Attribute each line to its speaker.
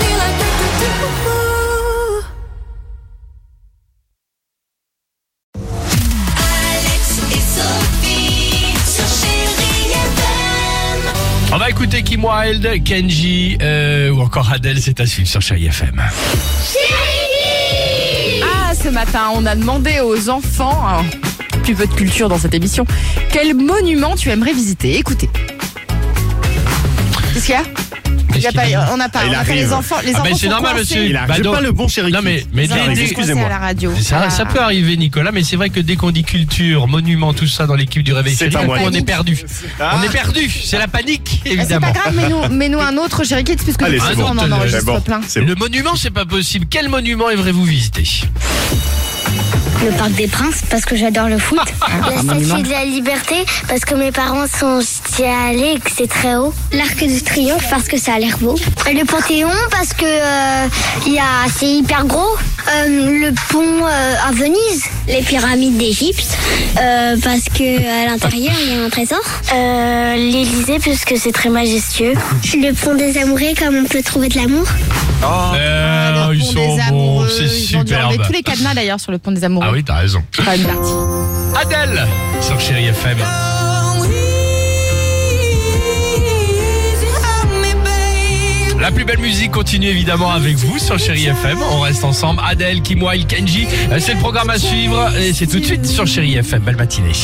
Speaker 1: like do, do, do. Alex et Sophie sur Chérie FM.
Speaker 2: On va écouter Kim Wilde, Kenji euh, ou encore Adele, c'est à suivre sur Chérie FM.
Speaker 3: Ah, ce matin, on a demandé aux enfants, hein, plus peu de culture dans cette émission, quel monument tu aimerais visiter Écoutez. Qu'est-ce qu'il y a Il y a
Speaker 2: Qu'est-ce qu'il y a
Speaker 3: pas- On n'a pas,
Speaker 4: Il
Speaker 3: on n'a pas
Speaker 4: arrive.
Speaker 3: les enfants. Les
Speaker 2: Ah,
Speaker 3: enfants
Speaker 2: ben, c'est
Speaker 3: sont
Speaker 2: normal,
Speaker 3: coincés.
Speaker 2: monsieur.
Speaker 4: Il a
Speaker 2: Bah,
Speaker 4: j'ai
Speaker 2: donc-
Speaker 4: pas le bon chéri.
Speaker 2: Non mais, mais
Speaker 3: Les enfants
Speaker 2: dès,
Speaker 3: sont
Speaker 2: dès-
Speaker 3: coincés
Speaker 4: excusez-moi.
Speaker 3: à la radio.
Speaker 2: ça,
Speaker 3: Ah.
Speaker 2: ça peut arriver Nicolas, mais c'est vrai que dès qu'on dit culture, monument, tout ça dans l'équipe du Réveil
Speaker 4: C'est
Speaker 2: Chérie,
Speaker 4: pas moi.
Speaker 2: on est perdu.
Speaker 4: Ah.
Speaker 2: On est perdu, c'est la panique
Speaker 3: Eh, C'est pas
Speaker 2: évidemment.
Speaker 3: grave, mais nous, mais nous un autre, Jerry Kids, puisque
Speaker 4: Allez,
Speaker 3: de toute
Speaker 4: c'est
Speaker 3: façon,
Speaker 2: bon.
Speaker 3: on en
Speaker 2: Mais
Speaker 3: enregistre
Speaker 4: bon.
Speaker 3: plein.
Speaker 4: C'est bon.
Speaker 2: Le monument, c'est pas possible. Quel monument aimerez-vous visiter
Speaker 5: Le Parc des Princes parce que j'adore le foot.
Speaker 6: La statue de la liberté, parce que mes parents sont y allés et que c'est très haut.
Speaker 5: L'Arc de Triomphe parce que ça a l'air beau.
Speaker 6: Le Panthéon, parce que euh, il y a- c'est hyper gros. Euh, le pont euh, à Venise.
Speaker 5: Les pyramides d'Égypte euh, parce que à l'intérieur il y a un trésor.
Speaker 6: Euh, L'Elysée, parce que c'est très majestueux.
Speaker 5: Le pont des amoureux comme on peut trouver de l'amour.
Speaker 2: Euh,
Speaker 3: Ah, le
Speaker 2: Ils
Speaker 3: pont
Speaker 2: sont
Speaker 3: des
Speaker 2: bons,
Speaker 3: amoureux,
Speaker 2: c'est
Speaker 3: ils ont dû enlever
Speaker 2: superbe.
Speaker 3: tous les cadenas d'ailleurs sur le pont des amoureux.
Speaker 2: Ah oui, t'as raison.
Speaker 3: Pas une partie.
Speaker 2: Adèle sur Chérie FM. La plus belle musique continue évidemment avec vous sur Chérie FM. On reste ensemble. Adèle, Kim Wilde, Kenji. Euh, C'est le programme à suivre et c'est tout de suite sur Chérie FM. Belle matinée.